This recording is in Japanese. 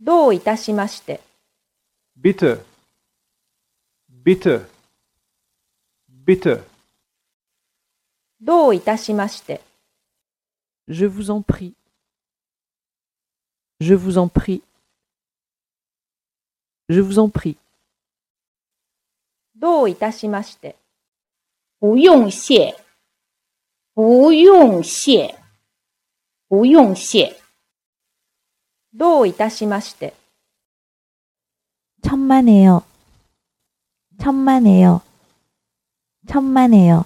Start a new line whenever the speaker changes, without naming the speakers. どういたしまして。
Bitte, bitte, bitte,
どういたしまして。
Je vous en prie. Je vous en prie. Je vous en prie.
どういたしまして。
不用谢，不用谢，不用谢，
どういたしまして。
천만에요. 천만에요. 천만에요.